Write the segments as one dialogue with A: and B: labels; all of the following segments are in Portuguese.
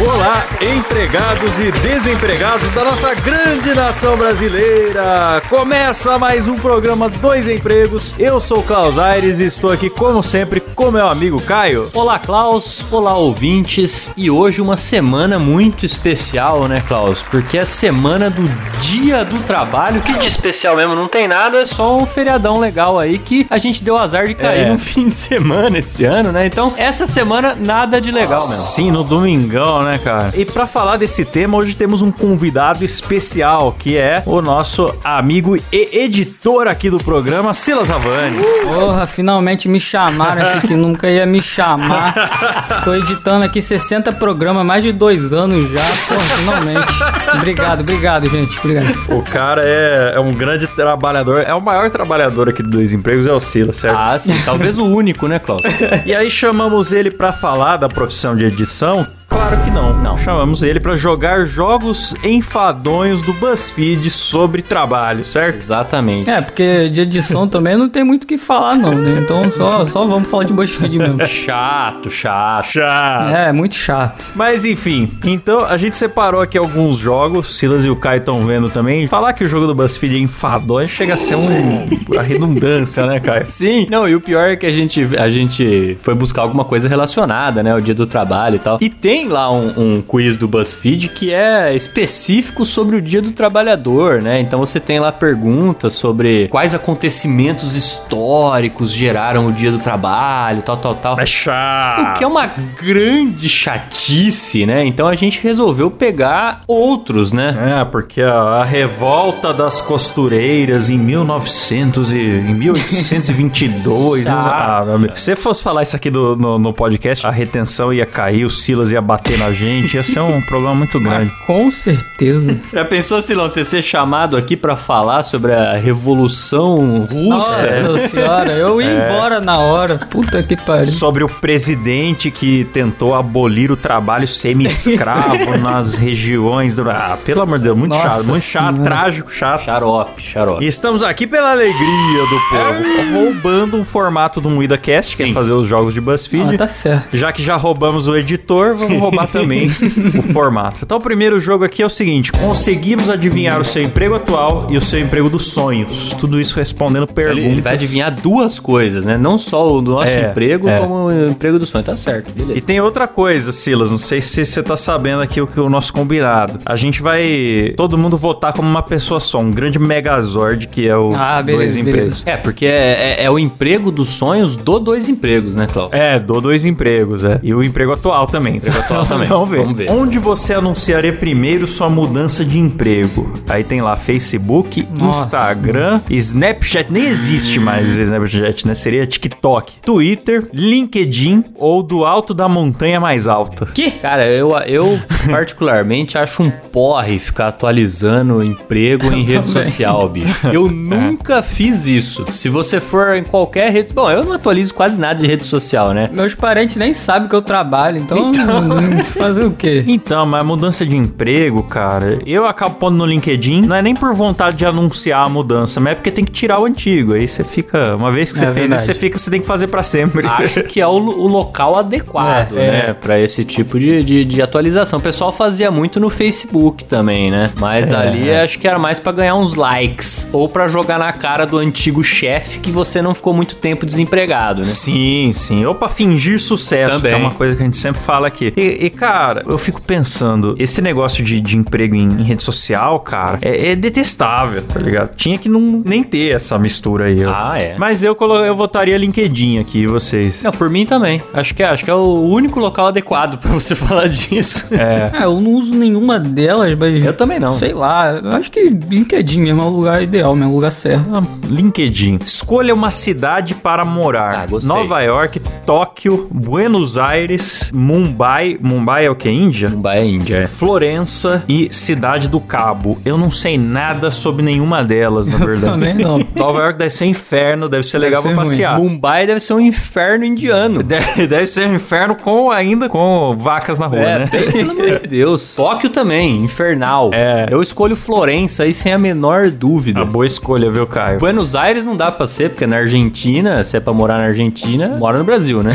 A: Olá, empregados e desempregados da nossa grande nação brasileira! Começa mais um programa Dois Empregos. Eu sou o Klaus Aires e estou aqui, como sempre, com meu amigo Caio.
B: Olá, Klaus. Olá, ouvintes. E hoje uma semana muito especial, né, Klaus? Porque é a semana do Dia do Trabalho, que de especial mesmo não tem nada, é só um feriadão legal aí que a gente deu azar de cair
A: É.
B: no fim de semana esse ano, né? Então, essa semana nada de legal mesmo.
A: Sim, no domingão, né, cara? E pra falar desse tema, hoje temos um convidado especial, que é o nosso amigo e editor aqui do programa, Silas Havani.
C: Porra, finalmente me chamaram aqui que nunca ia me chamar. Tô editando aqui 60 programas, mais de dois anos já. Porra, finalmente. Obrigado, obrigado, gente. Obrigado.
A: O cara é, é um grande trabalhador, é o maior trabalhador aqui do Dois Empregos, é o Silas, certo?
B: Ah, sim. Talvez o único, né, Klaus?
A: E aí chamamos ele pra falar da profissão de edição? Claro que não. Não. Chamamos ele pra jogar jogos enfadonhos do BuzzFeed sobre trabalho, certo?
B: Exatamente.
C: É, porque de edição também não tem muito o que falar, não, né? Então só, só vamos falar de BuzzFeed mesmo.
B: Chato, chato.
A: Já.
C: É, muito chato.
A: Mas enfim, então a gente separou aqui alguns jogos, Silas e o Caio estão vendo também. Falar que o jogo do BuzzFeed é enfadonho chega a ser um, uma redundância, né, Caio?
B: Sim, não, e o pior é que a gente, a gente foi buscar alguma coisa relacionada, né? O dia do trabalho e tal. E tem lá um, um quiz do BuzzFeed que é específico sobre o dia do trabalhador, né? Então você tem lá perguntas sobre quais acontecimentos históricos geraram o dia do trabalho, tal, tal, tal. O
A: chato.
B: que é uma grande chatice, né? Então a gente resolveu pegar outros, né?
A: É, porque a, a revolta das costureiras em 1900 e em 1822. né?
B: Ah.
A: Ah, meu amigo. se você fosse falar isso aqui do- no, no podcast, a retenção ia cair, o Silas ia bater na gente, ia ser um problema muito grande.
C: Com certeza.
B: Já pensou, Silão, você ser chamado aqui pra falar sobre a Revolução Russa?
C: Nossa senhora, eu ia embora na hora. Puta que pariu.
A: Sobre o presidente que tentou abolir o trabalho semi-escravo nas regiões. do- Ah, pelo amor de Deus, muito
C: Nossa
A: chato, muito chato,
C: Senhora.
A: trágico, chato.
B: Xarope, xarope.
A: E estamos aqui pela alegria do povo, roubando um formato do MuidaCast, que é
B: Sim.
A: fazer os jogos de BuzzFeed.
C: Ah, tá certo.
A: Já que já roubamos o editor, vamos roubar também o formato. Então, o primeiro jogo aqui é o seguinte: conseguimos adivinhar o seu emprego atual e o seu emprego dos sonhos. Tudo isso respondendo
B: Ele,
A: perguntas.
B: ele vai adivinhar duas coisas, né? Não só o nosso
A: É,
B: emprego,
A: é.
B: como o emprego do sonho. Tá certo,
A: E
B: beleza.
A: tem outra coisa, Silas, não sei se você tá sabendo aqui o que o nosso combinado. A gente vai todo mundo votar como uma pessoa só, um grande megazord que é o
C: Ah, beleza,
A: dois empregos.
C: beleza.
B: É, porque é, é- é o emprego dos sonhos do dois empregos, né, Cláudio?
A: É, do dois empregos, é. E o emprego atual também. Emprego
B: atual também,
A: Vamos ver.
B: vamos ver.
A: Onde você anunciaria primeiro sua mudança de emprego? Aí tem lá Facebook,
C: Nossa.
A: Instagram, Snapchat. Nem existe mais Snapchat, né? Seria TikTok, Twitter, LinkedIn ou do alto da montanha mais alta.
B: Que? Cara, eu, eu particularmente acho um porre ficar atualizando emprego em rede social, bicho. É. Eu nunca fiz isso. Se você for em qualquer rede... Bom, eu não atualizo quase nada de rede social, né?
C: Meus parentes nem sabem que eu trabalho, então, fazer o quê?
A: Então, mas mudança de emprego, cara, eu acabo pondo no LinkedIn, não é nem por vontade de anunciar a mudança, mas é porque tem que tirar o antigo. Aí você fica, uma vez que você
C: É
A: fez
C: verdade.
A: isso, você fica, você tem que fazer pra sempre.
B: acho que é o, lo- o local adequado,
A: É,
B: né? Pra esse tipo de, de, de atualização. O pessoal fazia muito no Facebook também, né? Mas ali acho que era mais pra ganhar uns likes ou pra jogar na cara do antigo chefe que você não ficou muito tempo desempregado, né?
A: Sim, sim. Ou pra fingir sucesso,
B: Também.
A: que é uma coisa que a gente sempre fala aqui. E, e, cara, eu fico pensando, esse negócio de, de emprego em, em rede social, cara, é, é detestável, tá ligado? Tinha que não, nem ter essa mistura aí. ó.
B: Ah, é.
A: Mas eu, colo- eu votaria LinkedIn aqui, e vocês.
B: Não, por mim também. Acho que é, acho que é o único local adequado pra você falar disso. É.
C: É, eu não uso nenhuma delas, mas.
B: Eu também não.
C: Sei lá, eu acho que LinkedIn mesmo é o lugar ideal, mesmo, o lugar certo.
A: Ah, LinkedIn. Escolha uma cidade para morar.
B: Ah, gostei.
A: Nova York, Tóquio, Buenos Aires, Mumbai, Mumbai é o que? Índia?
B: Mumbai é Índia.
A: Florença e Cidade do Cabo. Eu não sei nada sobre nenhuma delas, na verdade.
C: Também não.
A: Nova York deve ser inferno, deve ser
C: Deve
A: legal
C: ser
A: pra
C: ruim.
A: passear.
B: Mumbai deve ser um inferno indiano.
A: Deve, deve ser um inferno com ainda com vacas na rua,
B: É,
A: né?
B: bem, pelo amor de Deus. Tóquio também, infernal.
A: É.
B: Eu escolho Florença aí sem a menor dúvida.
A: Uma Ah, boa escolha, viu, Caio?
B: Buenos Aires não dá pra ser, porque na Argentina, se é pra morar na Argentina, mora no Brasil, né?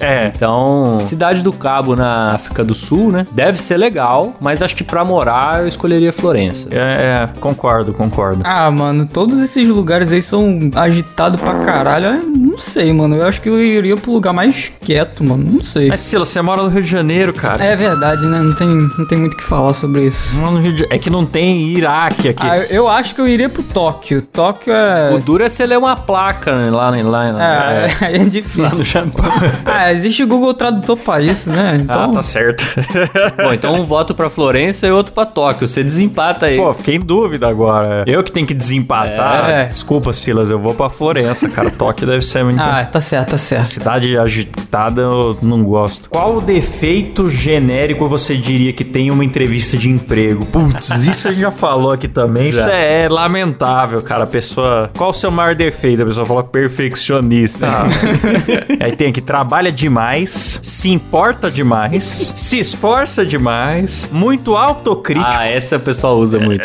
A: É.
B: Então, Cidade do Cabo na África do Sul, né? Deve ser legal, mas acho que pra morar eu escolheria Florença.
A: É, é, concordo, concordo.
C: Ah, mano, todos esses lugares aí são agitados pra caralho. Eu Não sei, mano. Eu acho que eu iria pro lugar mais quieto, mano. Não sei.
A: Mas, Sila, você mora no Rio de Janeiro, cara.
C: É verdade, né? Não tem, não tem muito o que falar sobre isso.
A: Mora no Rio de... É que não tem Iraque aqui.
C: Ah, eu, eu acho que eu iria pro Tóquio. Tóquio é.
B: O duro é você ler uma placa né, lá, lá, lá, lá,
C: É, aí é difícil. Ah, existe Google Tradutor pra isso, né? Então,
A: Ah, tá certo.
B: Bom, então um voto pra Florença e outro pra Tóquio. Você desempata aí. Ah,
A: Pô, fiquei em dúvida agora. Eu que tenho que desempatar.
C: É.
A: Desculpa, Silas, eu vou pra Florença, cara. Tóquio deve ser muito.
C: Ah, tá certo, tá certo.
A: Cidade agitada eu não gosto. Qual defeito genérico você diria que tem em uma entrevista de emprego? Putz, isso a gente já falou aqui também. Isso
B: Já.
A: é, lamentável, cara. A pessoa. Qual o seu maior defeito? A pessoa fala perfeccionista. Aí tem aqui: trabalha demais, se importa demais, se esforça demais, muito autocrítico.
B: Ah, essa o pessoal usa muito.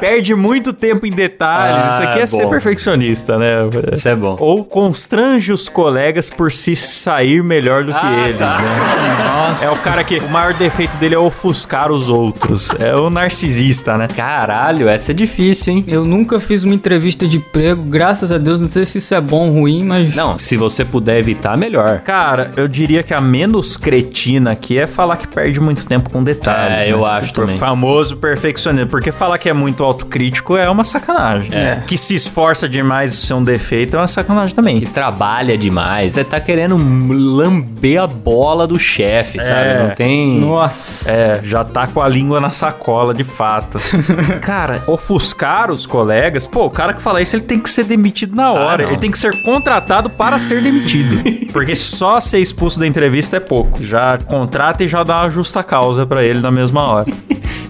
A: Perde muito tempo em detalhes.
B: Ah,
A: Isso aqui é
B: bom.
A: ser perfeccionista, né?
B: Isso é bom.
A: Ou constrange os colegas por se sair melhor do que
B: Ah,
A: eles,
B: tá.
A: né? É o cara que o maior defeito dele é ofuscar os outros. É o narcisista, né?
B: Caralho, essa é difícil, hein?
C: Eu nunca fiz uma entrevista de emprego, graças a Deus. Não sei se isso é bom ou ruim, mas.
B: Não, se você puder evitar, melhor.
A: Cara, eu diria que a menos cretina aqui é falar que perde muito tempo com detalhes.
B: É,
A: né?
B: eu acho
A: Tipo,
B: também.
A: famoso perfeccionista. Porque falar que é muito autocrítico é uma sacanagem.
C: É.
A: Que se esforça demais e ser um defeito é uma sacanagem também.
B: Que trabalha demais. Você tá querendo lamber a bola do chefe, sabe? Não tem.
C: Nossa.
A: É, já tá com a língua na sacola, de fato. é. cara, ofuscar os colegas, pô, o cara que fala isso, ele tem que ser demitido na
B: Ah,
A: hora.
B: não.
A: ele tem que ser contratado para ser demitido. Porque só ser expulso da entrevista é pouco. Já contrata e já dá uma justa causa pra ele na mesma hora.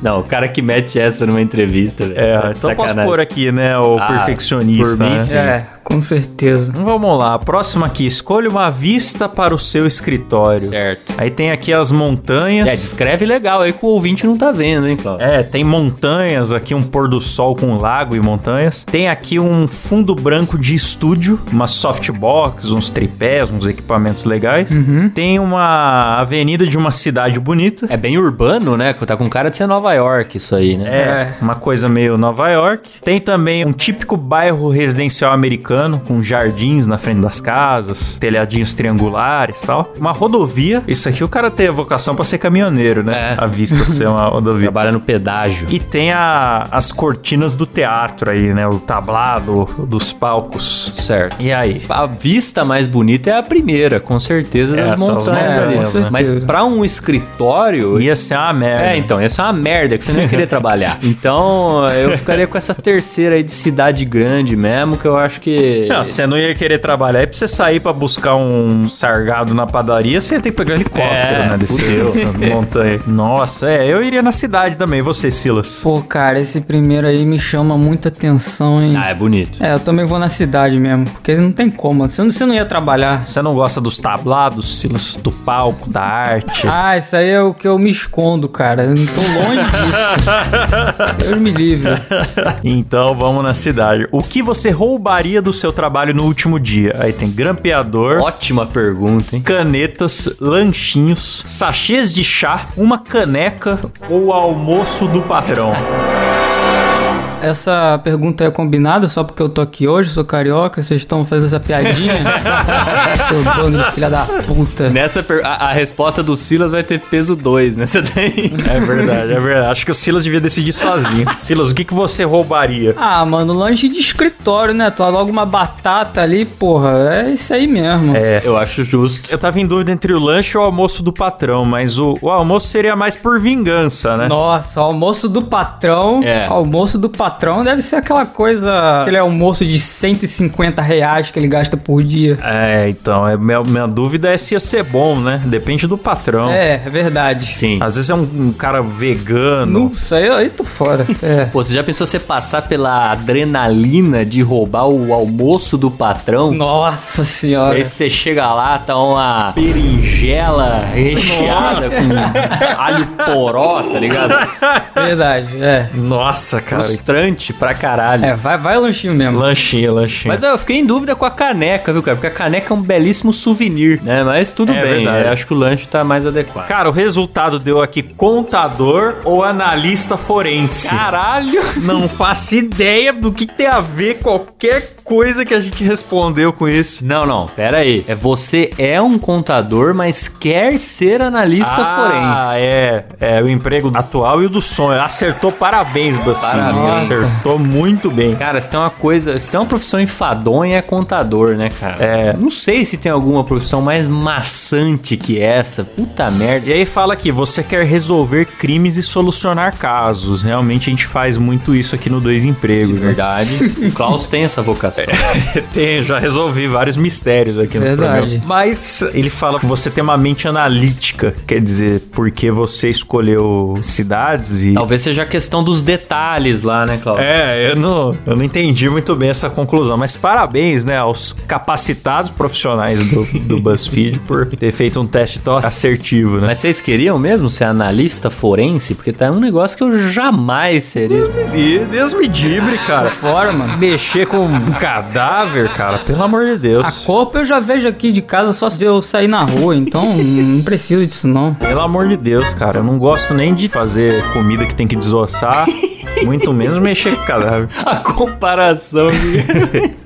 B: Não, o cara que mete essa numa entrevista, velho.
A: É,
B: Tá de
A: então posso
B: sacanagem.
A: pôr aqui, né, o
B: Ah,
A: perfeccionista.
B: por mim,
A: né?
B: sim.
C: É, com certeza.
A: Então Vamos lá, a próxima aqui. Escolha uma vista para o seu escritório.
B: Certo.
A: Aí tem aqui as montanhas.
B: É, descreve legal aí que o ouvinte não tá vendo, hein, Cláudio?
A: É, tem montanhas aqui, um pôr do sol com lago e montanhas. Tem aqui um fundo branco de estúdio, uma softbox, uns tripés, uns equipamentos legais. Tem uma avenida de uma cidade bonita.
B: É. bem urbano, né? Tá com cara de ser Nova York isso aí, né?
A: É, uma coisa meio Nova York. Tem também um típico bairro residencial americano, com jardins na frente das casas, telhadinhos triangulares e tal. Uma rodovia. Isso aqui o cara tem a vocação pra ser caminhoneiro,
B: É.
A: né? A vista ser uma rodovia.
B: Trabalha no pedágio.
A: E tem a- as cortinas do teatro aí, né? O tablado dos palcos.
B: Certo.
A: E aí?
B: A vista mais bonita é a primeira, com certeza,
A: É,
B: das
A: são as
B: montanhas ali.
A: montanhas,
C: né?
B: Mas pra um escritório.
A: Ia ser uma merda.
B: É, então, essa é uma merda que você não ia querer trabalhar. Então, eu ficaria com essa terceira aí de cidade grande mesmo, que eu acho que.
A: Não, você não ia querer trabalhar. Aí pra você sair pra buscar um sargado na padaria, você ia ter que pegar helicóptero,
B: É,
A: né? Descer
B: fudeu.
A: essa montanha. Nossa, é. Eu iria na cidade também. Você, Silas.
C: Pô, cara, esse primeiro aí me chama muita atenção, hein?
B: Ah, é bonito.
C: É, eu também vou na cidade mesmo, porque não tem como. Você não, você não ia trabalhar.
A: Você não gosta dos tablados, Silas? Do palco, da arte?
C: Ah, isso aí é o que eu me escondo, cara. Eu não tô longe disso. Deus me livre.
A: Então vamos na cidade. O que você roubaria do seu trabalho no último dia? Aí tem grampeador.
B: Ótima pergunta, hein?
A: canetas, lanchinhos, sachês de chá, uma caneca ou almoço do patrão.
C: Essa pergunta é combinada só porque eu tô aqui hoje, sou carioca, vocês estão fazendo essa piadinha? Seu dono de filha da puta.
B: Nessa per- a, a resposta do Silas vai ter peso 2, né? Você tem.
A: É verdade, é verdade. Acho que o Silas devia decidir sozinho. Silas, o que, que você roubaria?
C: Ah, mano, lanche de escritório, né? Tu logo uma batata ali, porra, é isso aí mesmo.
B: É. Eu acho justo.
A: Eu tava em dúvida entre o lanche ou o almoço do patrão, mas o, o almoço seria mais por vingança, né?
C: Nossa, almoço do patrão.
B: É.
C: Almoço do patrão deve ser aquela coisa, aquele almoço de 150 reais que ele gasta por dia.
A: É, então, é, minha, minha dúvida é se ia ser bom, né? Depende do patrão.
C: É, é verdade.
A: Sim. Às vezes é um, um cara vegano.
C: Nossa, aí, aí tô fora. É.
B: Pô, você já pensou você passar pela adrenalina de roubar o almoço do patrão?
C: Nossa senhora.
B: Aí você chega lá, tá uma berinjela recheada com alho poró, tá ligado?
C: Verdade, é.
A: Nossa, cara.
B: Frustrante pra caralho.
C: É, vai, vai lanchinho mesmo.
A: Lanchinho, lanchinho.
B: Mas ó, eu fiquei em dúvida com a caneca, viu, cara? Porque a caneca é um belíssimo souvenir, né? Mas tudo
A: É
B: bem,
A: verdade.
B: eu acho que o lanche tá mais adequado.
A: Cara, o resultado deu aqui contador ou analista forense.
B: Caralho!
A: Não faço ideia do que tem a ver qualquer coisa que a gente respondeu com isso.
B: Não, não, pera aí. É você é um contador, mas quer ser analista
A: Ah,
B: forense.
A: é. É o emprego atual e o do sonho. Acertou, parabéns, BuzzFeed.
B: Parabéns.
A: Acertou muito bem.
B: Cara, se tem uma coisa, se tem uma profissão enfadonha é contador, né, cara?
A: É.
B: Não sei se tem alguma profissão mais maçante que essa. Puta merda. é
A: E aí fala aqui, você quer resolver crimes e solucionar casos. Realmente a gente faz muito isso aqui no Dois Empregos, né?
B: Verdade. o Klaus tem essa vocação.
A: É. Tem, já resolvi vários mistérios aqui no
C: Verdade.
A: programa. Mas ele fala que você tem uma mente analítica, quer dizer, porque você escolheu cidades e...
B: Talvez seja a questão dos detalhes lá, né, Klaus?
A: É, eu não, eu não entendi muito bem essa conclusão, mas parabéns, né, aos capacitados profissionais do, do BuzzFeed por ter feito um teste tão assertivo, né?
B: Mas vocês queriam mesmo ser analista forense? Porque tá um negócio que eu jamais seria.
A: E Deus me dibre, cara.
C: Fora, mano.
A: Mexer com um cadáver, cara, pelo amor de
C: A
A: Deus.
C: copa eu já vejo aqui de casa só se eu sair na rua, então não preciso disso não.
A: Pelo amor de Deus, cara. Eu não gosto nem de fazer comida que tem que desossar, muito menos mexer com cadáver.
B: A comparação.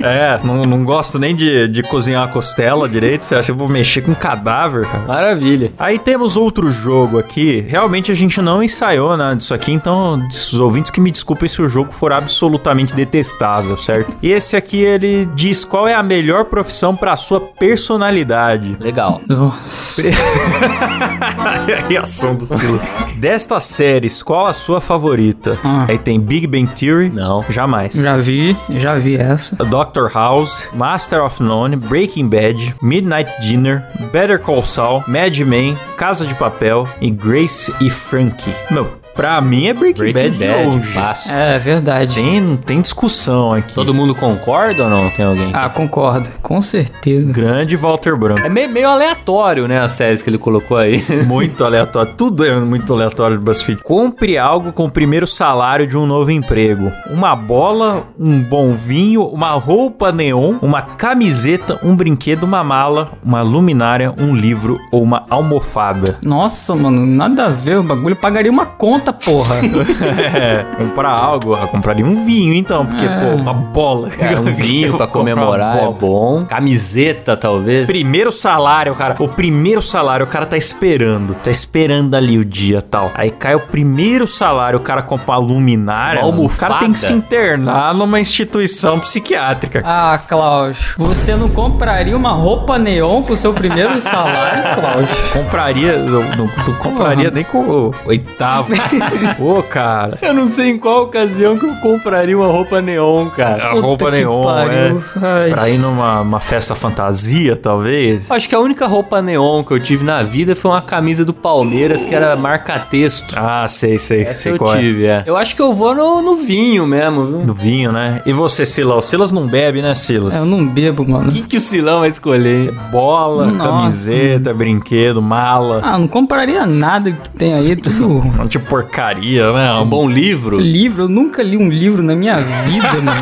A: É, não, não gosto nem de, de cozinhar a costela direito. Você acha que eu vou mexer com cadáver, cara?
B: Maravilha.
A: Aí temos outro jogo aqui. Realmente a gente não ensaiou nada disso aqui, então os ouvintes que me desculpem se o jogo for absolutamente detestável, certo? E esse aqui ele diz qual é a melhor profissão pra sua personalidade.
B: Legal.
C: Nossa.
A: A reação do Silas. Destas séries, qual a sua favorita?
C: Ah.
A: Aí tem Big Bang Theory.
B: Não.
A: Jamais.
C: Já vi, já vi essa.
A: Doctor House, Master of None, Breaking Bad, Midnight Dinner, Better Call Saul, Mad Men, Casa de Papel e Grace e Frankie. Meu, pra mim é Breaking, Bad,
B: Breaking
A: de
B: Bad,
A: longe.
B: fácil.
C: É verdade.
A: Tem, não tem discussão aqui.
B: Todo mundo concorda ou não? Tem alguém?
C: Ah, concordo. Com certeza.
A: grande Walter Branco.
B: É meio, meio aleatório, né, as séries que ele colocou aí.
A: É muito aleatório. Tudo é muito aleatório do BuzzFeed. Compre algo com o primeiro salário de um novo emprego. Uma bola, um bom vinho, uma roupa neon, uma camiseta, um brinquedo, uma mala, uma luminária, um livro ou uma almofada.
C: Nossa, mano, nada a ver. O bagulho pagaria uma conta, porra.
A: É, comprar algo, eu compraria um vinho então, porque,
C: É.
A: pô, uma bola.
B: Cara, um vinho pra
A: Comprar uma
B: comemorar é
A: bola.
B: bom. Camiseta, talvez.
A: Primeiro salário, cara. O primeiro salário, o cara tá esperando. Tá esperando ali o dia tal. Aí cai o primeiro salário, o cara compra uma luminária.
B: Uma
A: mano. o cara
B: almofada.
A: tem que se internar numa instituição psiquiátrica.
C: Ah, Klaus, você não compraria uma roupa neon com o seu primeiro salário, Klaus?
A: Compraria, não, não, não compraria nem com o oitavo. Ô, cara.
B: Eu não sei em qual ocasião que eu compraria uma roupa neon, cara.
A: A
C: Puta
A: roupa
C: que
A: neon,
C: pariu.
A: é.
C: Ai.
A: Pra ir numa uma festa fantasia, talvez.
B: Acho que a única roupa neon que eu tive na vida foi uma camisa do Palmeiras que era marca texto.
A: Ah, sei, sei,
B: Essa
A: sei
B: eu
A: qual é.
B: tive, é. Eu acho que eu vou no, no vinho mesmo, viu?
A: No vinho, né? E você, Silas? O Silas não bebe, né, Silas?
C: É, Eu não bebo, mano.
B: O que, que o Silão vai escolher? hein?
A: Bola,
C: Nossa.
A: camiseta, brinquedo, mala.
C: Ah, não compraria nada que tem aí, tudo
A: Um monte de porcaria, né?
B: Um bom livro?
C: livro. Eu nunca li um livro na minha vida, mano.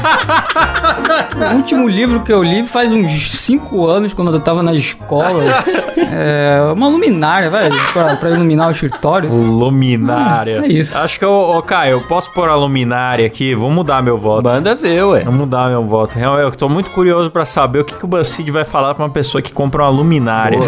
C: O último livro que eu li faz uns 5 anos, quando eu tava na escola. É uma luminária, velho, pra, pra iluminar o escritório.
A: Luminária.
C: Hum, é isso.
A: Acho que eu, ô, Caio, eu posso pôr a luminária aqui? Vou mudar meu voto.
B: Manda ver, ué.
A: Vou mudar meu voto. Real, Eu tô muito curioso pra saber o que, que o BuzzFeed vai falar pra uma pessoa que compra uma luminária.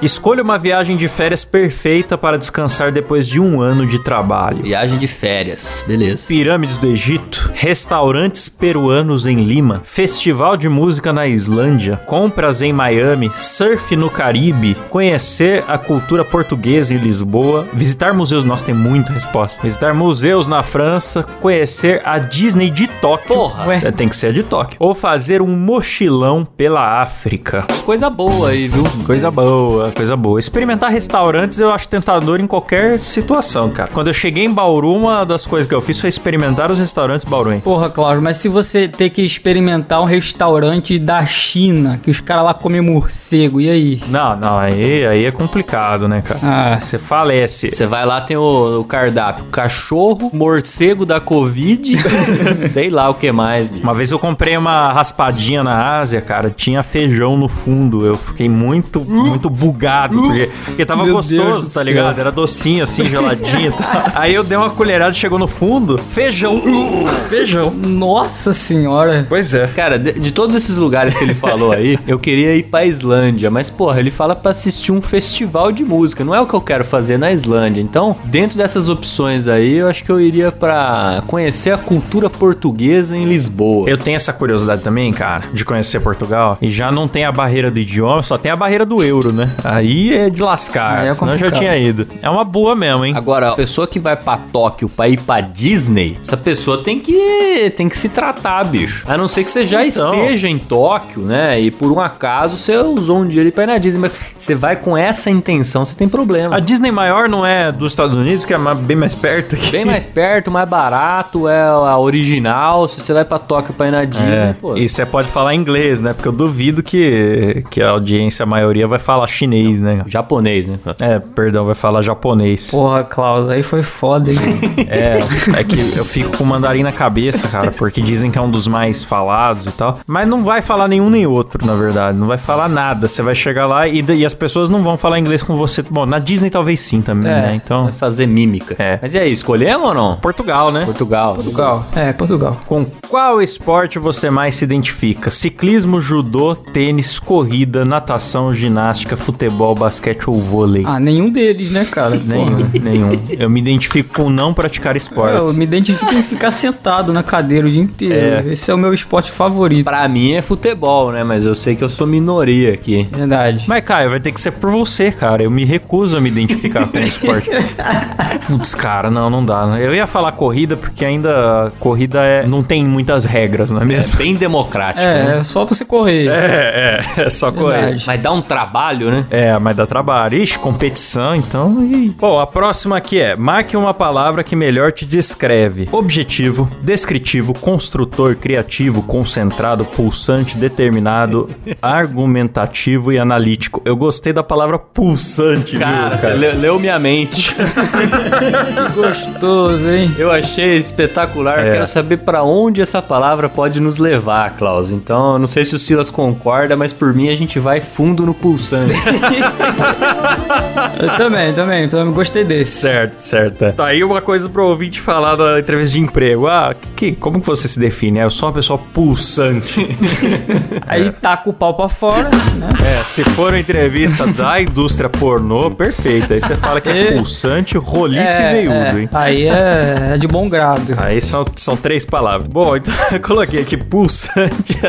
A: Escolha uma viagem de férias perfeita para descansar depois de um ano de trabalho.
B: Viagem de férias, beleza.
A: Pirâmides do Egito, restaurantes peruanos em Lima, festival de música na Islândia, compras em Miami, surf no Caribe, conhecer a cultura portuguesa em Lisboa, visitar museus, nossa, tem muita resposta. Visitar museus na França, conhecer a Disney de Tóquio.
B: Porra.
A: É, tem que ser a de Tóquio. Ou fazer um mochilão pela África.
B: Coisa boa aí, viu?
A: Coisa
C: É.
A: boa, coisa boa. Experimentar restaurantes eu acho tentador em qualquer situação, cara. Quando eu cheguei em Bauru, uma das coisas que eu fiz foi experimentar os restaurantes bauruenses.
C: Porra, Cláudio, mas se você ter que experimentar um restaurante da China, que os caras lá comem morcego, e aí?
A: Não, não, aí, aí é complicado, né, cara?
C: Ah,
A: Você falece.
B: Você vai lá, tem o, o cardápio: cachorro, morcego da Covid, sei lá o que mais, bicho.
A: Uma vez eu comprei uma raspadinha na Ásia, cara, tinha feijão no fundo. Eu fiquei muito, muito bugado, porque, porque tava
C: Uh. Meu Deus
A: gostoso,
C: do
A: tá
C: céu.
A: ligado? Era docinho, assim, geladinho e tal. Aí eu dei uma colherada, chegou no fundo, feijão.
C: Uh.
A: feijão.
C: nossa senhora.
A: Pois é.
B: Cara, de, de todos esses lugares que ele falou aí, eu queria ir pra Islândia, mas porra, ele fala pra assistir um festival de música, não é o que eu quero fazer na Islândia. Então, dentro dessas opções aí, eu acho que eu iria pra conhecer a cultura portuguesa em Lisboa.
A: Eu tenho essa curiosidade também, cara, de conhecer Portugal. E já não tem a barreira do idioma, só tem a barreira do euro, né? Aí é de lascar,
C: Aí é
A: senão eu já
C: complicado.
A: tinha ido. É uma boa mesmo, hein?
B: Agora, a pessoa que vai pra Tóquio pra ir pra Disney, essa pessoa tem que tem que se tratar, bicho. A não ser que você já
A: Então.
B: esteja em Tóquio, né? E por um acaso você usou um dia ali pra ir na Disney, mas você vai com essa intenção, você tem problema.
A: A Disney maior não é dos Estados Unidos, que é ma- bem mais perto aqui.
B: Bem mais perto, mais barato, é a original. Se você vai pra Tóquio pra ir na Disney,
A: É,
B: pô.
A: e você pode falar inglês, né? Porque eu duvido que, que a audiência, a maioria, vai falar chinês, né?
B: Japonês, né?
A: É, perdão, vai falar japonês.
C: Porra, Klaus, aí foi foda, hein?
A: É, é que eu fico com o mandarim na cabeça, cara, porque dizem que é um dos mais falados e tal. Mas não vai falar nenhum nem outro, na verdade. Não vai falar nada. Você vai chegar lá e, e as pessoas não vão falar inglês com você. Bom, na Disney talvez sim também,
C: É.
A: né?
B: Vai
A: Então.
B: fazer mímica.
A: É.
B: Mas e aí, escolhemos ou não?
A: Portugal, né?
B: Portugal.
C: Portugal. É, Portugal.
A: Com qual esporte você mais se identifica? Ciclismo, judô, tênis, corrida, natação, ginástica, futebol, basquete ou vôlei?
C: Ah, nenhum deles, né, cara?
A: Nenhum, nenhum. Eu me identifico com não
C: É,
A: praticar
C: Porra. Eu
A: esportes.
C: me identifico em ficar sentado na cadeira o dia inteiro. Esse é o meu esporte favorito.
B: Pra mim é futebol, né? Mas eu sei que eu sou minoria aqui.
C: Verdade.
A: Mas, Caio, vai ter que ser por você, cara. Eu me recuso a me identificar com o esporte. Putz, cara, não, não dá. né? Eu ia falar corrida, porque ainda a corrida é, não tem muitas regras, não é
B: É
A: mesmo?
B: bem democrático, né?
C: É, é só você correr.
A: É, é, é só correr.
C: Verdade.
B: Mas dá um trabalho, né?
A: É, mas dá trabalho. Ixi, competição, então. E... Bom, a próxima aqui é: marque uma palavra que melhor te descreve. Objetivo, descritivo, construtor, criativo, concentrado, pulsante, determinado, argumentativo e analítico. Eu gostei da palavra pulsante,
B: Cara,
A: viu,
B: você
A: cara?
B: leu, leu minha mente.
C: Que gostoso, hein?
B: Eu achei espetacular. Eu
A: É.
B: quero saber pra onde essa palavra pode nos levar, Klaus. Então, eu não sei se o Silas concorda, mas por mim a gente vai fundo no pulsante.
C: Eu também, também. também gostei desse.
A: Certo, certo. é. Tá aí uma coisa pro ouvinte falar na entrevista de emprego. Ah, que, que- como que você se define? É, Eu sou uma pessoa pulsante.
C: Aí taca o pau pra fora, né?
A: É, se for uma entrevista da indústria pornô, perfeito. Aí você fala que é
C: É.
A: pulsante, roliço e veiudo, hein?
C: Aí é, é de bom grado.
A: Aí são, são três palavras. Bom, então eu coloquei aqui pulsante.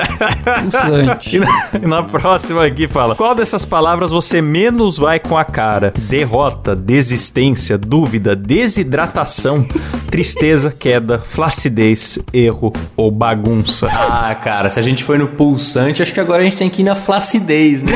C: Pulsante.
A: E na, e na próxima aqui fala: Qual dessas palavras você menos vai com a cara? Derrota, desistência, dúvida, desidratação, tristeza, queda, flacidez, erro ou bagunça?
B: ah, cara, se a gente foi no pulsante, acho que agora a gente tem que ir na flacidez, né?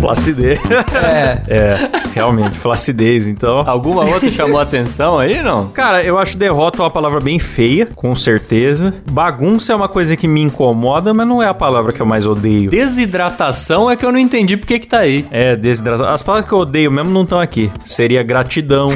A: Flacidez.
C: É.
A: É, realmente, flacidez, então.
B: Alguma outra chamou a atenção aí, não?
A: Cara, eu acho derrota uma palavra bem feia, com certeza. Bagunça é uma coisa que me incomoda, mas não é a palavra que eu mais odeio.
B: Desidratação é que eu não entendi por que que tá aí.
A: É, desidratação. As palavras que eu odeio mesmo não estão aqui. Seria gratidão,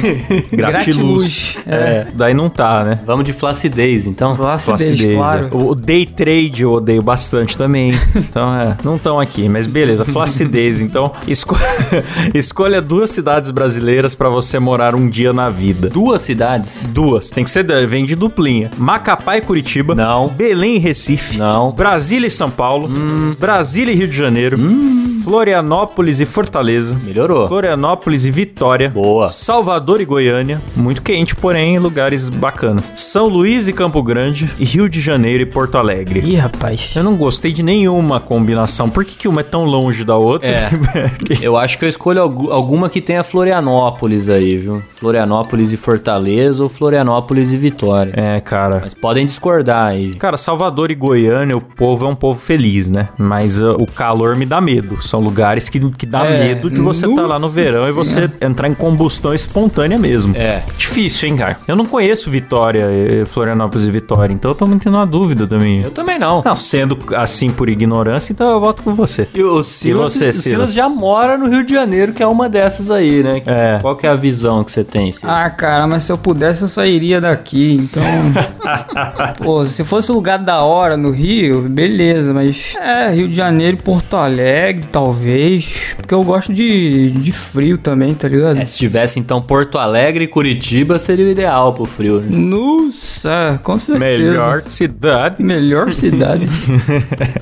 A: gratiluz.
C: Gratiluz,
A: É. daí não tá, né?
B: Vamos de flacidez, então.
C: Flacidez,
A: Flacidez,
C: claro.
A: é. O o day trade eu odeio bastante também. Então, é, não estão aqui, mas beleza, flacidez. Então, esco- escolha duas cidades brasileiras pra você morar um dia na vida.
B: Duas cidades.
A: Duas, tem que ser, duas, vem de duplinha. Macapá e Curitiba.
B: Não.
A: Belém e Recife.
B: Não.
A: Brasília e São Paulo. Brasília e Rio de Janeiro. Florianópolis e Fortaleza.
B: Melhorou.
A: Florianópolis e Vitória.
B: Boa.
A: Salvador e Goiânia. Muito quente, porém, lugares bacanas. São Luís e Campo Grande. E Rio de Janeiro e Porto Alegre.
C: Ih, rapaz.
A: Eu não gostei de nenhuma combinação. Por que, que uma é tão longe da outra?
B: É. Eu acho que eu escolho algu- alguma que tenha Florianópolis aí, viu? Florianópolis e Fortaleza ou Florianópolis e Vitória.
A: é, cara.
B: Mas podem discordar aí.
A: Cara, Salvador e Goiânia, o povo é um povo feliz, né? Mas uh, o calor me dá medo. São lugares que, que dá
C: É,
A: medo de você estar lá no
C: nossa
A: verão e você entrar em combustão espontânea mesmo.
B: É.
A: Difícil, hein, cara? Eu não conheço Vitória, eh, Florianópolis e Vitória, então eu tô mantendo uma dúvida também.
B: Eu também não.
A: Não, sendo assim por ignorância, então eu voto com você.
B: E o Silas,
A: você,
B: o
A: Silas?
B: Silas já mora no Rio de Janeiro, que é uma dessas aí, né?
A: É.
B: Qual que é a visão que você tem, Silas?
C: Ah, cara, mas se eu pudesse, eu sairia daqui, então. Pô, se fosse um lugar da hora no Rio, beleza, mas. É, Rio de Janeiro, e Porto Alegre, talvez. Porque eu gosto de, de frio também, tá ligado?
B: É, se tivesse, então, Porto Alegre e Curitiba, seria o ideal pro frio, né?
C: Nossa, com certeza.
A: Melhor cidade. né?
C: Melhor cidade.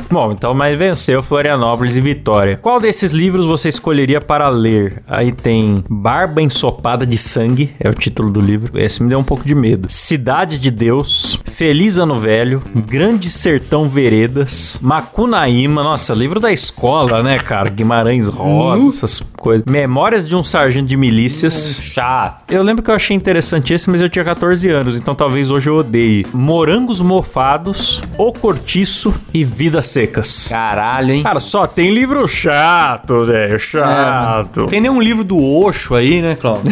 A: Bom, então, mas venceu Florianópolis e Vitória. Qual desses livros você escolheria para ler? Aí tem Barba Ensopada de Sangue, é o título do livro. Esse me deu um pouco de medo. Cidade de Deus, Feliz Ano Velho, Grande Sertão Veredas, Macunaíma, nossa, livro da escola, né, cara? Guimarães Rosa, essas coisas. Memórias de um Sargento de Milícias.
B: Hum, Chato.
A: Eu lembro que eu achei interessante esse, mas eu tinha 14 anos, então talvez hoje eu odeie. Morangos mofados, O Cortiço e Vidas Secas.
B: Caralho, hein?
A: Cara, só tem livro chato, velho, chato.
B: É. Tem nenhum livro do Oxo aí, né, Cláudio?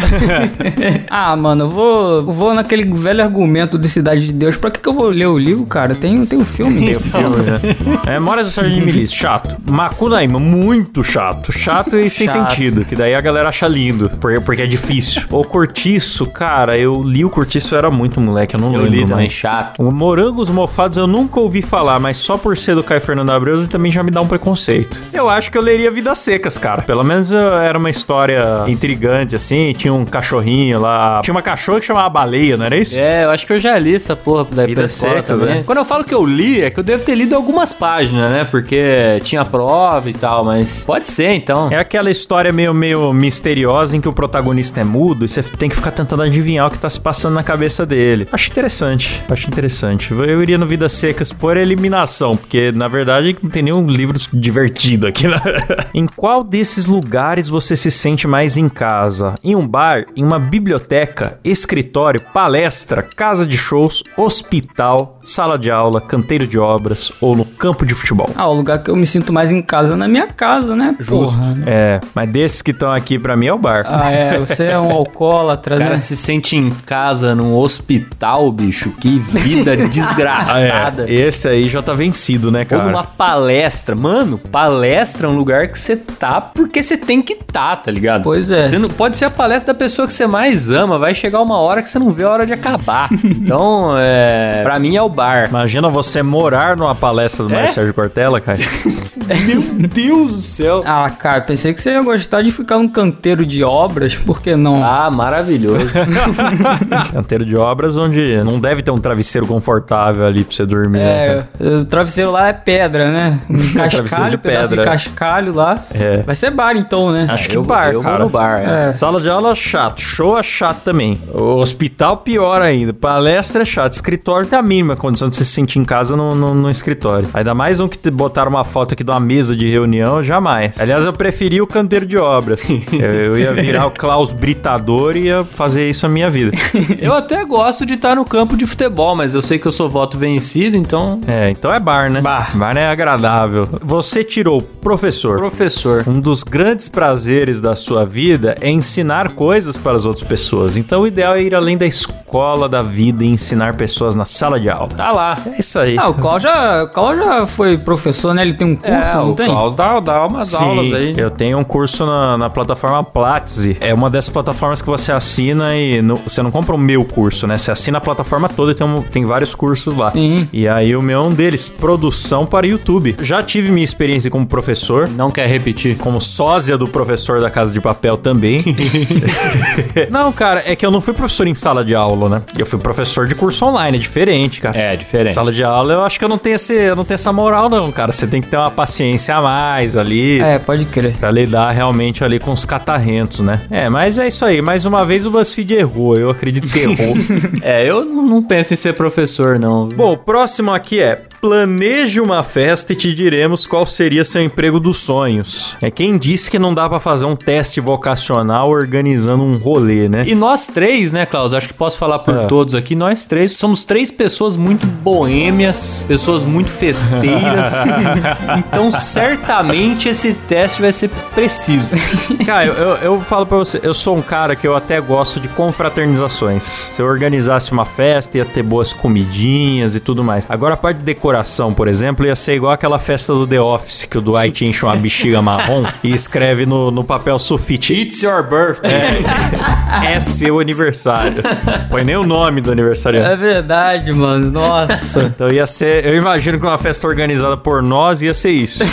C: ah, mano, eu vou, eu vou naquele velho argumento de Cidade de Deus. Pra que, que eu vou ler o livro, cara? Tem, tem o filme.
A: Tem o filme, né? É, Memórias do Sargento de Milícia, chato. Macunaíma, muito chato. Chato e sem
C: Chato.
A: sentido, que daí a galera acha lindo, por- porque é difícil. O Cortiço, cara, eu li o Cortiço, eu era muito moleque, eu não
B: Eu
A: lembro
B: li também,
A: mais.
B: chato.
A: O Um Morangos Mofados eu nunca ouvi falar, mas só por ser do Caio Fernando Abreu ele também já me dá um preconceito. Eu acho que eu leria Vidas Secas, cara. Pelo menos eu- era uma história intrigante, assim. Tinha um cachorrinho lá. Tinha uma cachorra que chamava Baleia, não era isso?
B: É, eu acho que eu já li essa porra da
A: Vidas
B: pré-escola
A: secas,
B: também.
A: né?
B: Quando eu falo que eu li, é que eu devo ter lido algumas páginas, né? Porque tinha prova e tal, mas pode ser, então.
A: É aquela história meio, meio misteriosa em que o protagonista é mudo e você tem que ficar tentando adivinhar o que tá se passando na cabeça dele. Acho interessante, acho interessante. Eu iria no Vidas Secas por eliminação, porque na verdade não tem nenhum livro divertido aqui. Né? em qual desses lugares você se sente mais em casa? Em um bar, em uma biblioteca, escritório, palestra, casa de shows, hospital, sala de aula, canteiro de obras ou no campo de futebol?
C: Ah, o lugar que eu me sinto mais em casa é na minha casa, né?
B: Justo.
C: Porra.
A: É, mas desses que estão aqui pra mim é o bar.
C: Ah, é, você é um alcoólatra,
B: O
C: né?
B: cara se sente em casa num hospital, bicho. Que vida desgraçada.
A: É, esse aí já tá vencido, né,
B: Ou
A: cara?
B: numa palestra. Mano, palestra é um lugar que você tá porque você tem que tá, tá ligado?
C: Pois é.
B: Você não, pode ser a palestra da pessoa que você mais ama. Vai chegar uma hora que você não vê a hora de acabar. então, é. Pra mim é o bar.
A: Imagina você morar numa palestra do
B: É?
A: Mário Sérgio Cortella, cara.
B: Meu Deus do céu.
C: Ah, cara, pensei que você ia gostar de ficar num canteiro de obras, por que não?
B: Ah, maravilhoso.
A: Canteiro de obras onde não deve ter um travesseiro confortável ali pra você dormir. né,
C: é,
A: cara?
C: o travesseiro lá é pedra, né? Um
A: Travesseiro de
C: cascalho, pedaço
A: pedra.
C: de cascalho lá.
A: É.
C: Vai ser bar então, né?
A: Acho que
B: eu,
A: bar,
B: eu
A: cara.
B: vou no bar. é.
C: É.
A: Sala de aula é chato, show é chato também. O hospital pior ainda, palestra é chato, escritório tem a mínima condição de você se sentir em casa no, no, no escritório. Ainda mais um que te botaram uma foto aqui de uma mesa de reunião, jamais. Aliás, eu preferi o canteiro de obras. eu, eu ia virar o Klaus Britador e ia fazer isso a minha vida.
B: Eu até gosto de estar no campo de futebol, mas eu sei que eu sou voto vencido, então.
A: É, então é bar, né? Bar. Bar é agradável. Você tirou professor.
B: Professor.
A: Um dos grandes prazeres da sua vida é ensinar coisas para as outras pessoas. Então o ideal é ir além da escola da vida e ensinar pessoas na sala de aula.
B: Tá lá.
A: É isso aí.
C: Ah, o Cláudio já, o Cláudio já foi professor, né? Ele tem um curso, não
B: É, o
C: tem?
B: Klaus dá, dá umas
A: Sim,
B: aulas aí.
A: eu tenho um curso na, na plataforma Platzi. É uma dessas plataformas que você assina e no- você não compra o meu curso, né? Você assina a plataforma toda e tem, um- tem vários cursos lá.
C: Sim.
A: E aí o meu é um deles, produção para YouTube. Já tive minha experiência como professor,
B: Não quer repetir.
A: como sósia do professor da Casa de Papel também. não, cara, é que eu não fui professor em sala de aula. solo, né? Eu fui professor de curso online, é diferente, cara.
B: É, diferente.
A: Sala de aula, eu acho que eu não tenho, esse, eu não tenho essa moral, não, cara. Você tem que ter uma paciência a mais ali.
C: É, pode crer.
A: Pra lidar realmente ali com os catarrentos, né? É, mas é isso aí. Mais uma vez o BuzzFeed errou. Eu acredito que errou.
B: É, eu não não penso em ser professor, não.
A: Bom, o próximo aqui é planeje uma festa e te diremos qual seria seu emprego dos sonhos. É quem disse que não dá pra fazer um teste vocacional organizando um rolê, né?
B: E nós três, né, Klaus? Acho que posso falar por
A: É.
B: todos aqui. Nós três somos três pessoas muito boêmias, pessoas muito festeiras. então, certamente esse teste vai ser preciso.
A: Cara, eu, eu, eu falo pra você, eu sou um cara que eu até gosto de confraternizações. Se eu organizasse uma festa, ia ter boas comidinhas e tudo mais. Agora, a parte de decoração, por exemplo, ia ser igual aquela festa do The Office, que o Dwight enche uma bexiga marrom e escreve no, no papel sulfite.
B: It's your birthday.
A: É seu aniversário. Põe nem o nome do
C: É
A: aniversariante.
C: verdade, mano. Nossa.
A: Então ia ser. Eu imagino que uma festa organizada por nós ia ser isso.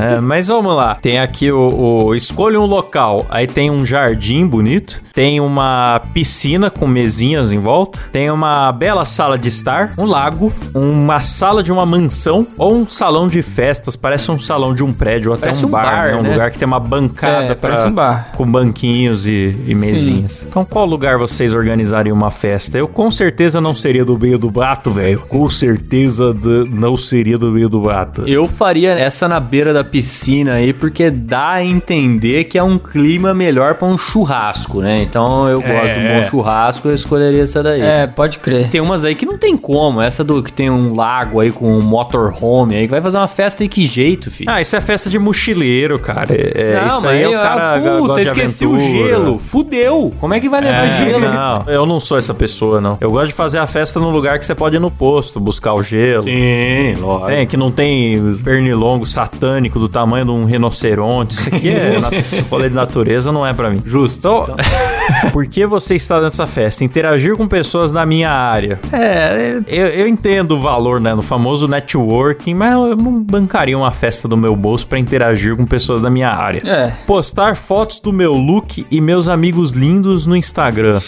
A: É, mas vamos lá. Tem aqui o, o. Escolha um local. Aí tem um jardim bonito. Tem uma piscina com mesinhas em volta. Tem uma bela sala de estar. Um lago. Uma sala de uma mansão. Ou um salão de festas. Parece um salão de um prédio ou até
B: Parece
A: um
B: um
A: bar.
B: bar,
A: né? Um
B: né?
A: lugar que tem uma bancada
C: É, parece um bar.
A: com banquinhos e, e mesinhas. Então, qual lugar vocês organizariam uma festa? Eu com certeza não seria do meio do mato, velho. Com certeza d- não seria do meio do mato.
B: Eu faria essa na beira da piscina aí, porque dá a entender que é um clima melhor pra um churrasco, né? Então eu gosto de um
A: é.
B: bom churrasco, eu escolheria essa daí.
C: É, pode crer.
B: Tem umas aí que não tem como. Essa do que tem um lago aí com um motorhome aí, que vai fazer uma festa aí, que jeito, filho.
A: Ah, isso é festa de mochileiro, cara. É, é, isso aí é o cara
B: ah,
A: gosta
B: puta,
A: de
B: esqueci o
A: aventura.
B: gelo. Fudeu. Como é que vai levar
A: É,
B: gelo?
A: não, eu não sou essa pessoa, não. Eu gosto de fazer a festa num lugar que você pode ir no posto, buscar o gelo.
B: Sim, lógico.
A: É, que não tem pernilongo satânico do tamanho de um rinoceronte. Isso aqui é. na- Esse rolê de natureza não é pra mim. Justo. Então. por que você está nessa festa? Interagir com pessoas da minha área. É, eu, eu entendo o valor, né? No famoso networking, mas eu não bancaria uma festa do meu bolso pra interagir com pessoas da minha área.
C: É.
A: Postar fotos do meu look e meus amigos lindos no Instagram.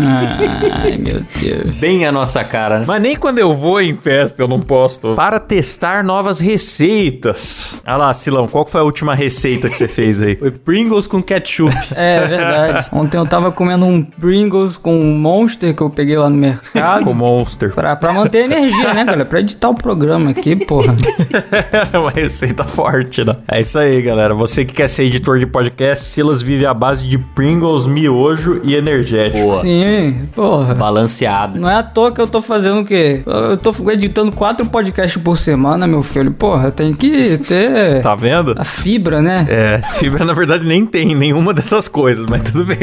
C: Ai, meu Deus.
B: Bem a nossa cara, né?
A: Mas nem quando eu vou em festa eu não posto. Para testar novas receitas. Ah lá, Silão, qual que foi a última receita que você fez aí?
B: Foi Pringles com ketchup.
C: É, verdade. Ontem eu tava comendo um Pringles com um Monster que eu peguei lá no mercado.
A: Ah, Com Monster.
C: Pra, pra manter a energia, né, galera? Pra editar o programa aqui, porra.
A: É uma receita forte, né? É isso aí, galera. Você que quer ser editor de podcast, Silas vive à base de Pringles, miojo e energético.
B: Boa.
C: Sim, porra.
B: Balanceado.
C: Não é à toa que eu tô fazendo o quê? Eu tô editando quatro podcasts por semana, meu filho. Porra, tem que ter
A: Tá vendo?
C: a fibra, né?
A: É, fibra na verdade nem tem nenhuma dessas coisas, mas tudo bem.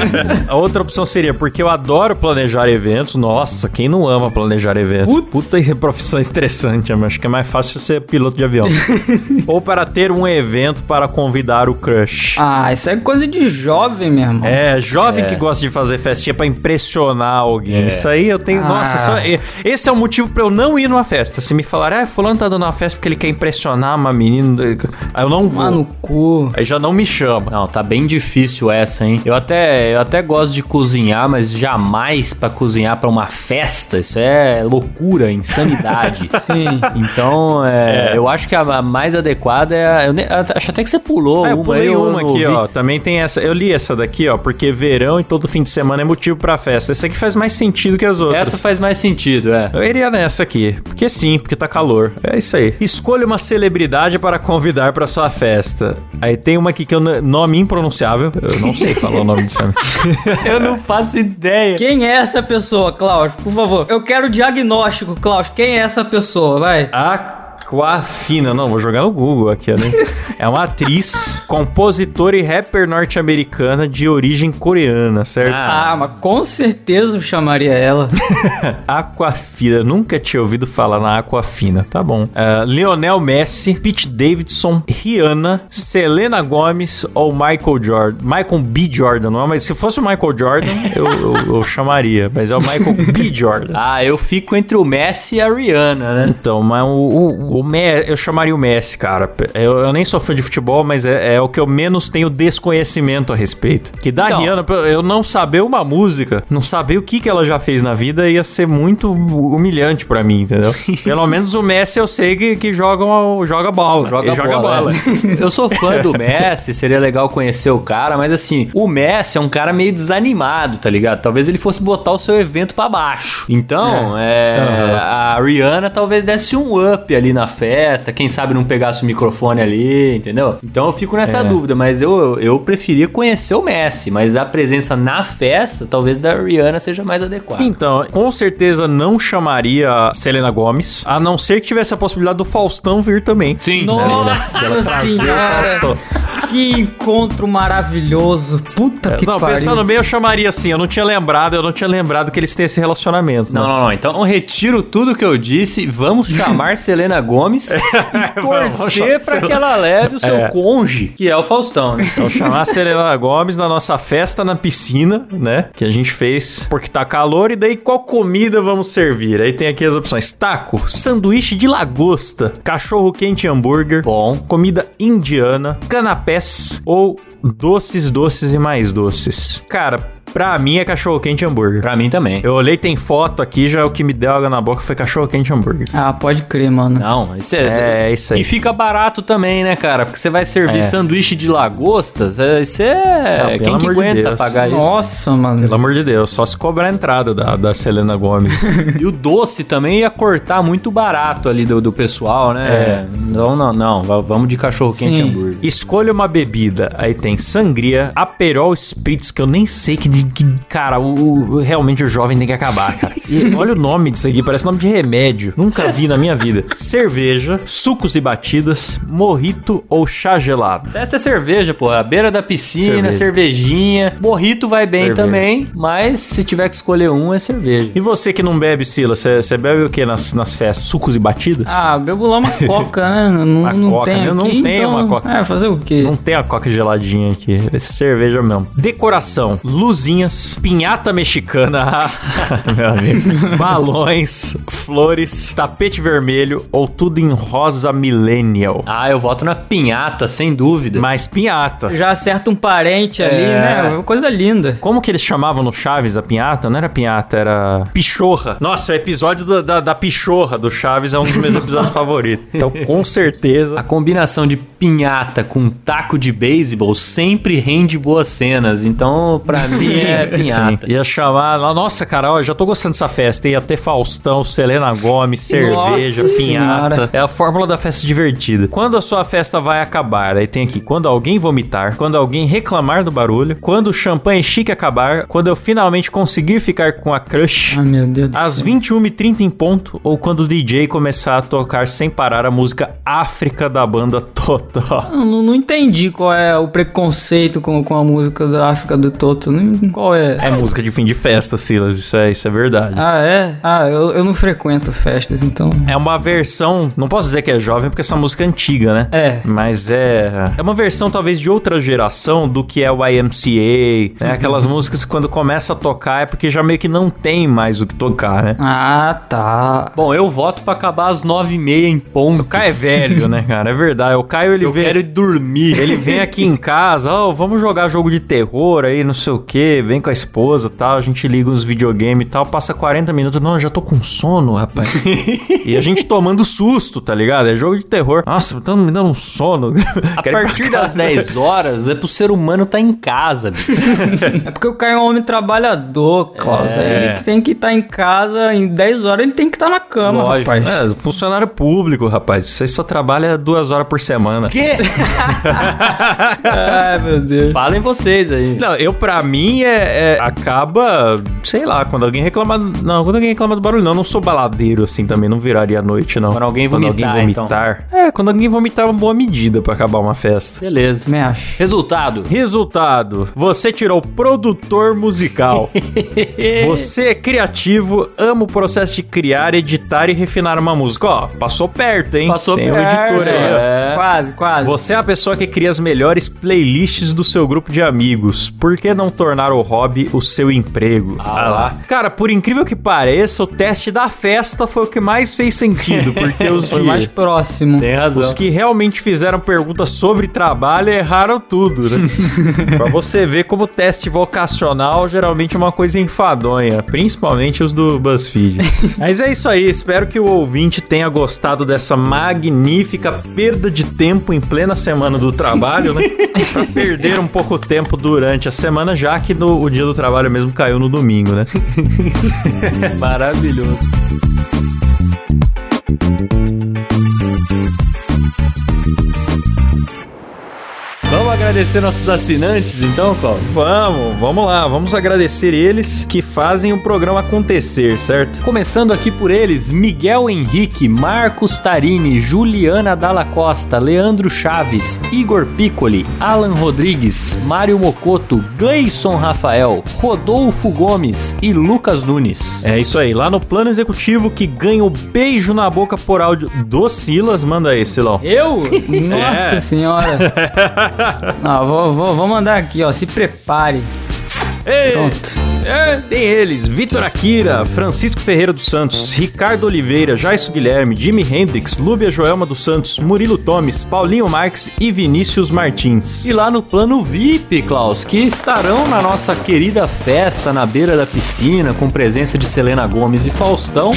A: a outra opção seria, porque eu adoro planejar eventos. Nossa, quem não ama planejar eventos? Puta e profissão estressante, mas acho que é mais fácil ser piloto de avião. Ou para ter um evento para convidar o crush.
C: Ah, isso é coisa de jovem, meu irmão.
A: É, jovem que gosta de fazer festinha pra impressionar alguém.
B: É.
A: Isso aí eu tenho.
C: Ah.
A: Nossa, só- e- esse é o motivo pra eu não ir numa festa. Se me falar, ah, fulano tá dando uma festa porque ele quer impressionar uma menina. Aí eu não vou.
C: Tomar no cu.
A: Aí já não me chama.
B: Não, tá bem difícil essa, hein? Eu até, eu até gosto de cozinhar, mas jamais pra cozinhar pra uma festa. Isso é loucura, insanidade.
C: Sim.
B: Então, é, eu acho que a- a mais adequada é. a- Eu ne- acho até que você pulou
A: Ah, eu
B: uma
A: pulei
B: aí, eu
A: uma
B: não
A: aqui,
B: ouvi.
A: ó. Também tem essa. Eu li essa daqui, ó, porque verão e todo fim de semana é motivo pra festa. Essa aqui faz mais sentido que as outras.
B: Essa faz mais sentido, é.
A: Eu iria nessa aqui, porque sim, porque tá calor. É isso aí. Escolha uma celebridade para convidar pra sua festa. Aí tem uma aqui que eu n- nome impronunciável. Eu não sei falar o nome dessa.
B: Eu não faço ideia.
C: Quem é essa pessoa, Klaus? Por favor. Eu quero diagnóstico, Klaus. Quem é essa pessoa? Vai.
A: Aquafina, não, vou jogar no Google aqui, né? É uma atriz, compositora e rapper norte-americana de origem coreana, certo?
C: Ah, mas com certeza eu chamaria ela.
A: Aquafina, nunca tinha ouvido falar na Aquafina, tá bom. Ah, Lionel Messi, Pete Davidson, Rihanna, Selena Gomes ou Michael Jordan. Michael B. Jordan, não é? Mas se fosse o Michael Jordan, eu, eu- eu chamaria, mas é o Michael B. Jordan.
B: Ah, eu fico entre o Messi e a Rihanna, né?
A: Então, mas o, o, o Me- eu chamaria o Messi, cara. Eu, eu nem sou fã de futebol, mas é, é o que eu menos tenho desconhecimento a respeito. Que da
B: Então.
A: Rihanna, pra eu não saber uma música, não saber o que, que ela já fez na vida, ia ser muito humilhante pra mim, entendeu? Pelo menos o Messi eu sei que, que joga, uma- joga bola.
B: Joga
A: Ele
B: bola. é. Eu sou fã do Messi, seria legal conhecer o cara, mas assim, o Messi é um cara meio desanimado, tá ligado? Talvez ele fosse botar o seu evento pra baixo. Então, é, a Rihanna talvez desse um up ali na festa, quem sabe não pegasse o microfone ali, entendeu? Então eu fico nessa dúvida, mas eu, eu preferia conhecer o Messi, mas a presença na festa, talvez da Rihanna seja mais adequada.
A: Então, com certeza não chamaria a Selena Gomes, a não ser que tivesse a possibilidade do Faustão vir também.
D: Sim.
C: Nossa senhora!
A: Faustão.
C: Que encontro maravilhoso. Puta que
A: É, não,
C: pariu.
A: pensando bem, eu chamaria assim. Eu não tinha lembrado, eu não tinha lembrado que eles têm esse relacionamento. né?
B: Não, não, não. Então eu retiro tudo que eu disse. Vamos chamar Selena Gomes e
A: É, vamos
B: torcer
A: chamar
B: pra que ela leve o seu conge, que é o Faustão, né?
A: Então, chamar a Selena Gomes na nossa festa na piscina, né? Que a gente fez porque tá calor. E daí, qual comida vamos servir? Aí tem aqui as opções: taco, sanduíche de lagosta, cachorro quente e hambúrguer,
B: Bom.
A: comida indiana, canapés ou doces, doces e mais doces. Cara, pra mim é cachorro quente e hambúrguer.
B: Pra mim também.
A: Eu olhei, tem foto aqui, já é o que me deu água na boca foi cachorro quente e hambúrguer.
C: Ah, pode crer, mano.
B: Não, isso é.
A: É, é isso aí.
B: E fica barato também, né, cara? Porque você vai servir
A: É.
B: sanduíche de lagostas, é- isso
A: Não,
B: é. Quem
A: pelo
B: que
A: amor de
B: aguenta
A: Deus.
B: pagar isso?
C: Nossa, mano.
A: Pelo amor de Deus, só se cobrar a entrada da, da Selena Gomes.
B: E o doce também ia cortar muito barato ali do, do pessoal,
A: É.
B: né? Não, não, não. Va- Vamos de cachorro quente e
C: Sim.
B: hambúrguer.
A: Escolha uma bebida. Aí tem sangria, aperol spritz, que eu nem sei que. de- que- cara, o, o- realmente o jovem tem que acabar, cara. E olha o nome disso aqui, parece nome de remédio. Nunca vi na minha vida. Cerveja, sucos e batidas, morrito ou chá gelado.
B: Essa é cerveja, pô. A beira da piscina,
A: Cerveja.
B: cervejinha. Morrito vai bem
A: Cerveja.
B: também, mas se tiver que escolher um, é cerveja.
A: E você que não bebe, Sila, você bebe o que nas, nas festas? Sucos e batidas?
C: Ah, bebo lá uma coca, né? Não,
A: Uma
C: não
A: coca,
C: tem
A: eu não
C: aqui,
A: tenho
C: então...
A: uma coca.
C: É, fazer o quê?
A: Não tem a coca geladinha aqui. É cerveja mesmo. Decoração: luzinhas, pinhata mexicana, meu amigo, balões, flores, tapete vermelho ou tudo em rosa millennial.
B: Ah, eu voto na pinhata, sem dúvida.
A: Mas pinhata.
C: Já acerta um parente ali,
A: É.
C: né? Uma Coisa linda.
A: Como que eles chamavam no Chaves a pinhata? Não era pinhata, era pichorra. Nossa, o episódio da, da, da pichorra do Chaves é um dos meus episódios favoritos. Então, com
B: A
A: certeza.
B: combinação de pinhata com taco de beisebol sempre rende boas cenas. Então, pra mim, é pinhata.
A: Ia chamar. Nossa, cara, ó, já tô gostando dessa festa. Ia ter Faustão, Selena Gomes, cerveja,
C: Nossa
A: pinhata.
C: Senhora.
A: É a fórmula da festa divertida. Quando a sua festa vai acabar? Aí tem aqui: quando alguém vomitar, quando alguém reclamar do barulho, quando o champanhe chique acabar, quando eu finalmente conseguir ficar com a crush.
C: Ai, Ah, meu Deus do
A: Às
C: céu.
A: 21h30 em ponto, ou quando o DJ começar a tocar sem parar a música África da banda Totó.
C: Eu Não, não entendi qual é o preconceito com, com a música da África do Toto. Não- Qual é?
A: É música de fim de festa, Silas, isso é, isso é verdade.
C: Ah, é? Ah, eu, eu não frequento festas, então.
A: É uma versão, não posso dizer que é jovem porque essa música é antiga, né?
C: É.
A: Mas é. É uma versão talvez de outra geração do que é o YMCA, né? Aquelas músicas que quando começa a tocar é porque já meio que não tem mais o que tocar, né?
C: Ah, tá.
B: Bom, eu voto pra acabar às nove e meia em ponto.
A: O Caio é velho, né, cara? É verdade. O Caio ele
B: Eu
A: vem.
B: quero ir dormir.
A: Ele vem aqui em casa, ó, vamos jogar jogo de terror aí, não sei o que, vem com a esposa e tal, a gente liga uns videogame e tal, passa 40 minutos, não, eu já tô com sono, rapaz. e a gente tomando susto, tá ligado? É jogo de terror. Nossa, tá me dando um sono.
B: A partir das 10 horas, é pro ser humano tá em casa, bicho.
C: É porque o Caio é um homem trabalhador, Klaus.
B: É.
C: Ele tem que estar em casa em 10 horas, ele tem que estar na cama,
B: Lógico.
C: rapaz.
A: É, funcionário público, rapaz. Você só trabalha duas horas por semana.
C: Ai, meu Deus.
B: Falem vocês aí.
A: Não, eu pra mim é, é- acaba, sei lá, quando alguém reclama, não, quando alguém reclama do barulho, não, eu não sou baladeiro assim também, não viraria à noite não.
B: Quando alguém vomitar, então.
A: alguém vomitar. É, quando alguém vomitar é uma boa medida pra acabar uma festa.
B: Beleza.
C: Me acho.
B: Resultado.
A: Resultado: você tirou produtor musical. você é criativo, ama o processo de criar, editar e refinar uma música. Ó, passou perto, hein?
B: Passou
A: Tem um
B: perto,
A: editor aí, ó.
B: É.
C: Quase, quase.
A: Você é a pessoa que cria as melhores playlists do seu grupo de amigos. Por que não tornar tornar o hobby o seu emprego. Ah, lá. Cara, por incrível que pareça, o teste da festa foi o que mais fez sentido, porque os
C: Foi
A: de-
C: mais próximo.
B: Tem
A: os
B: razão.
A: que realmente fizeram perguntas sobre trabalho erraram tudo, né? pra você ver como teste vocacional geralmente é uma coisa enfadonha, principalmente os do BuzzFeed. Mas é isso aí, espero que o ouvinte tenha gostado dessa magnífica perda de tempo em plena semana do trabalho, né? pra perder um pouco o tempo durante a semana, já que no- o dia do trabalho mesmo caiu no domingo, né?
B: Maravilhoso. Vamos agradecer nossos assinantes, então, Cláudio?
A: Vamos, vamos lá, vamos agradecer eles que fazem o programa acontecer, certo?
B: Começando aqui por eles, Miguel Henrique, Marcos Tarini, Juliana Dalla Costa, Leandro Chaves, Igor Piccoli, Alan Rodrigues, Mário Mocoto, Gleison Rafael, Rodolfo Gomes e Lucas Nunes.
A: É isso aí, lá no plano executivo que ganha o beijo na boca por áudio do Silas. Manda aí, Silão.
C: Eu?
B: É.
C: Nossa senhora. Não, vou, vou, vou mandar aqui, ó. Se prepare.
B: Então,
C: Pronto.
A: É, tem eles: Vitor Akira, Francisco Ferreira dos Santos, Ricardo Oliveira, Jaisso Guilherme, Jimi Hendrix, Lúbia Joelma dos Santos, Murilo Tomes, Paulinho Marques e Vinícius Martins.
B: E lá no plano VIP, Klaus, que estarão na nossa querida festa na beira da piscina, com presença de Selena Gomes e Faustão,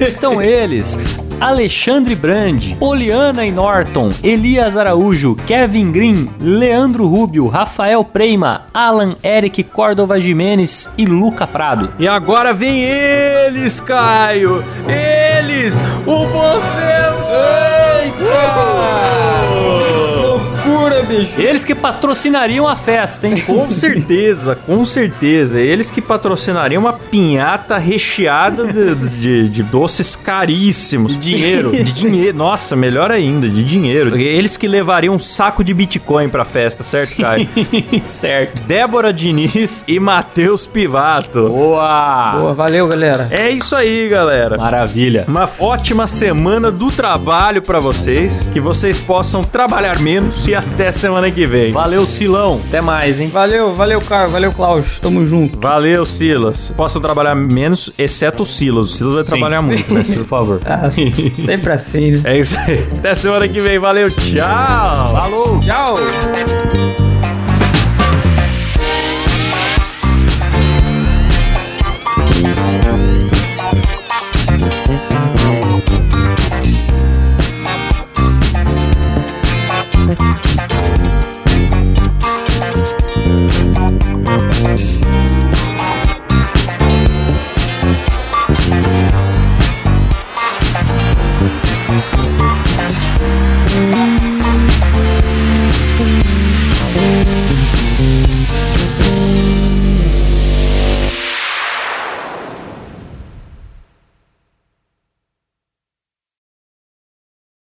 B: estão eles. Alexandre Brand, Poliana e Norton, Elias Araújo, Kevin Green, Leandro Rubio, Rafael Preima, Alan Eric Córdova Jimenez e Luca Prado.
A: E agora vem eles, Caio! Eles! O você! Eita!
C: Loucura, bicho.
B: Eles que patrocinariam a festa, hein?
A: Com certeza, com certeza. Eles que patrocinariam uma pinhata recheada de, de- de doces caríssimos.
B: De dinheiro.
A: De dinheiro. Nossa, melhor ainda, de dinheiro. Eles que levariam um saco de Bitcoin pra festa, certo, Caio?
B: certo.
A: Débora Diniz e Matheus Pivato.
B: Boa!
C: Boa, valeu, galera.
A: É isso aí, galera.
B: Maravilha.
A: Uma ótima semana do trabalho pra vocês. Que vocês possam trabalhar menos e até semana que vem.
B: Valeu, Silão. Até mais, hein?
C: Valeu, valeu, Caio. Valeu, Klaus. Tamo junto.
A: Valeu, Silas. Posso trabalhar menos, exceto o Silas. O Silas vai trabalhar muito, né?
B: Por favor.
C: Sempre assim, né?
A: É isso aí. Até semana que vem. Valeu, tchau.
B: Falou!
C: Tchau.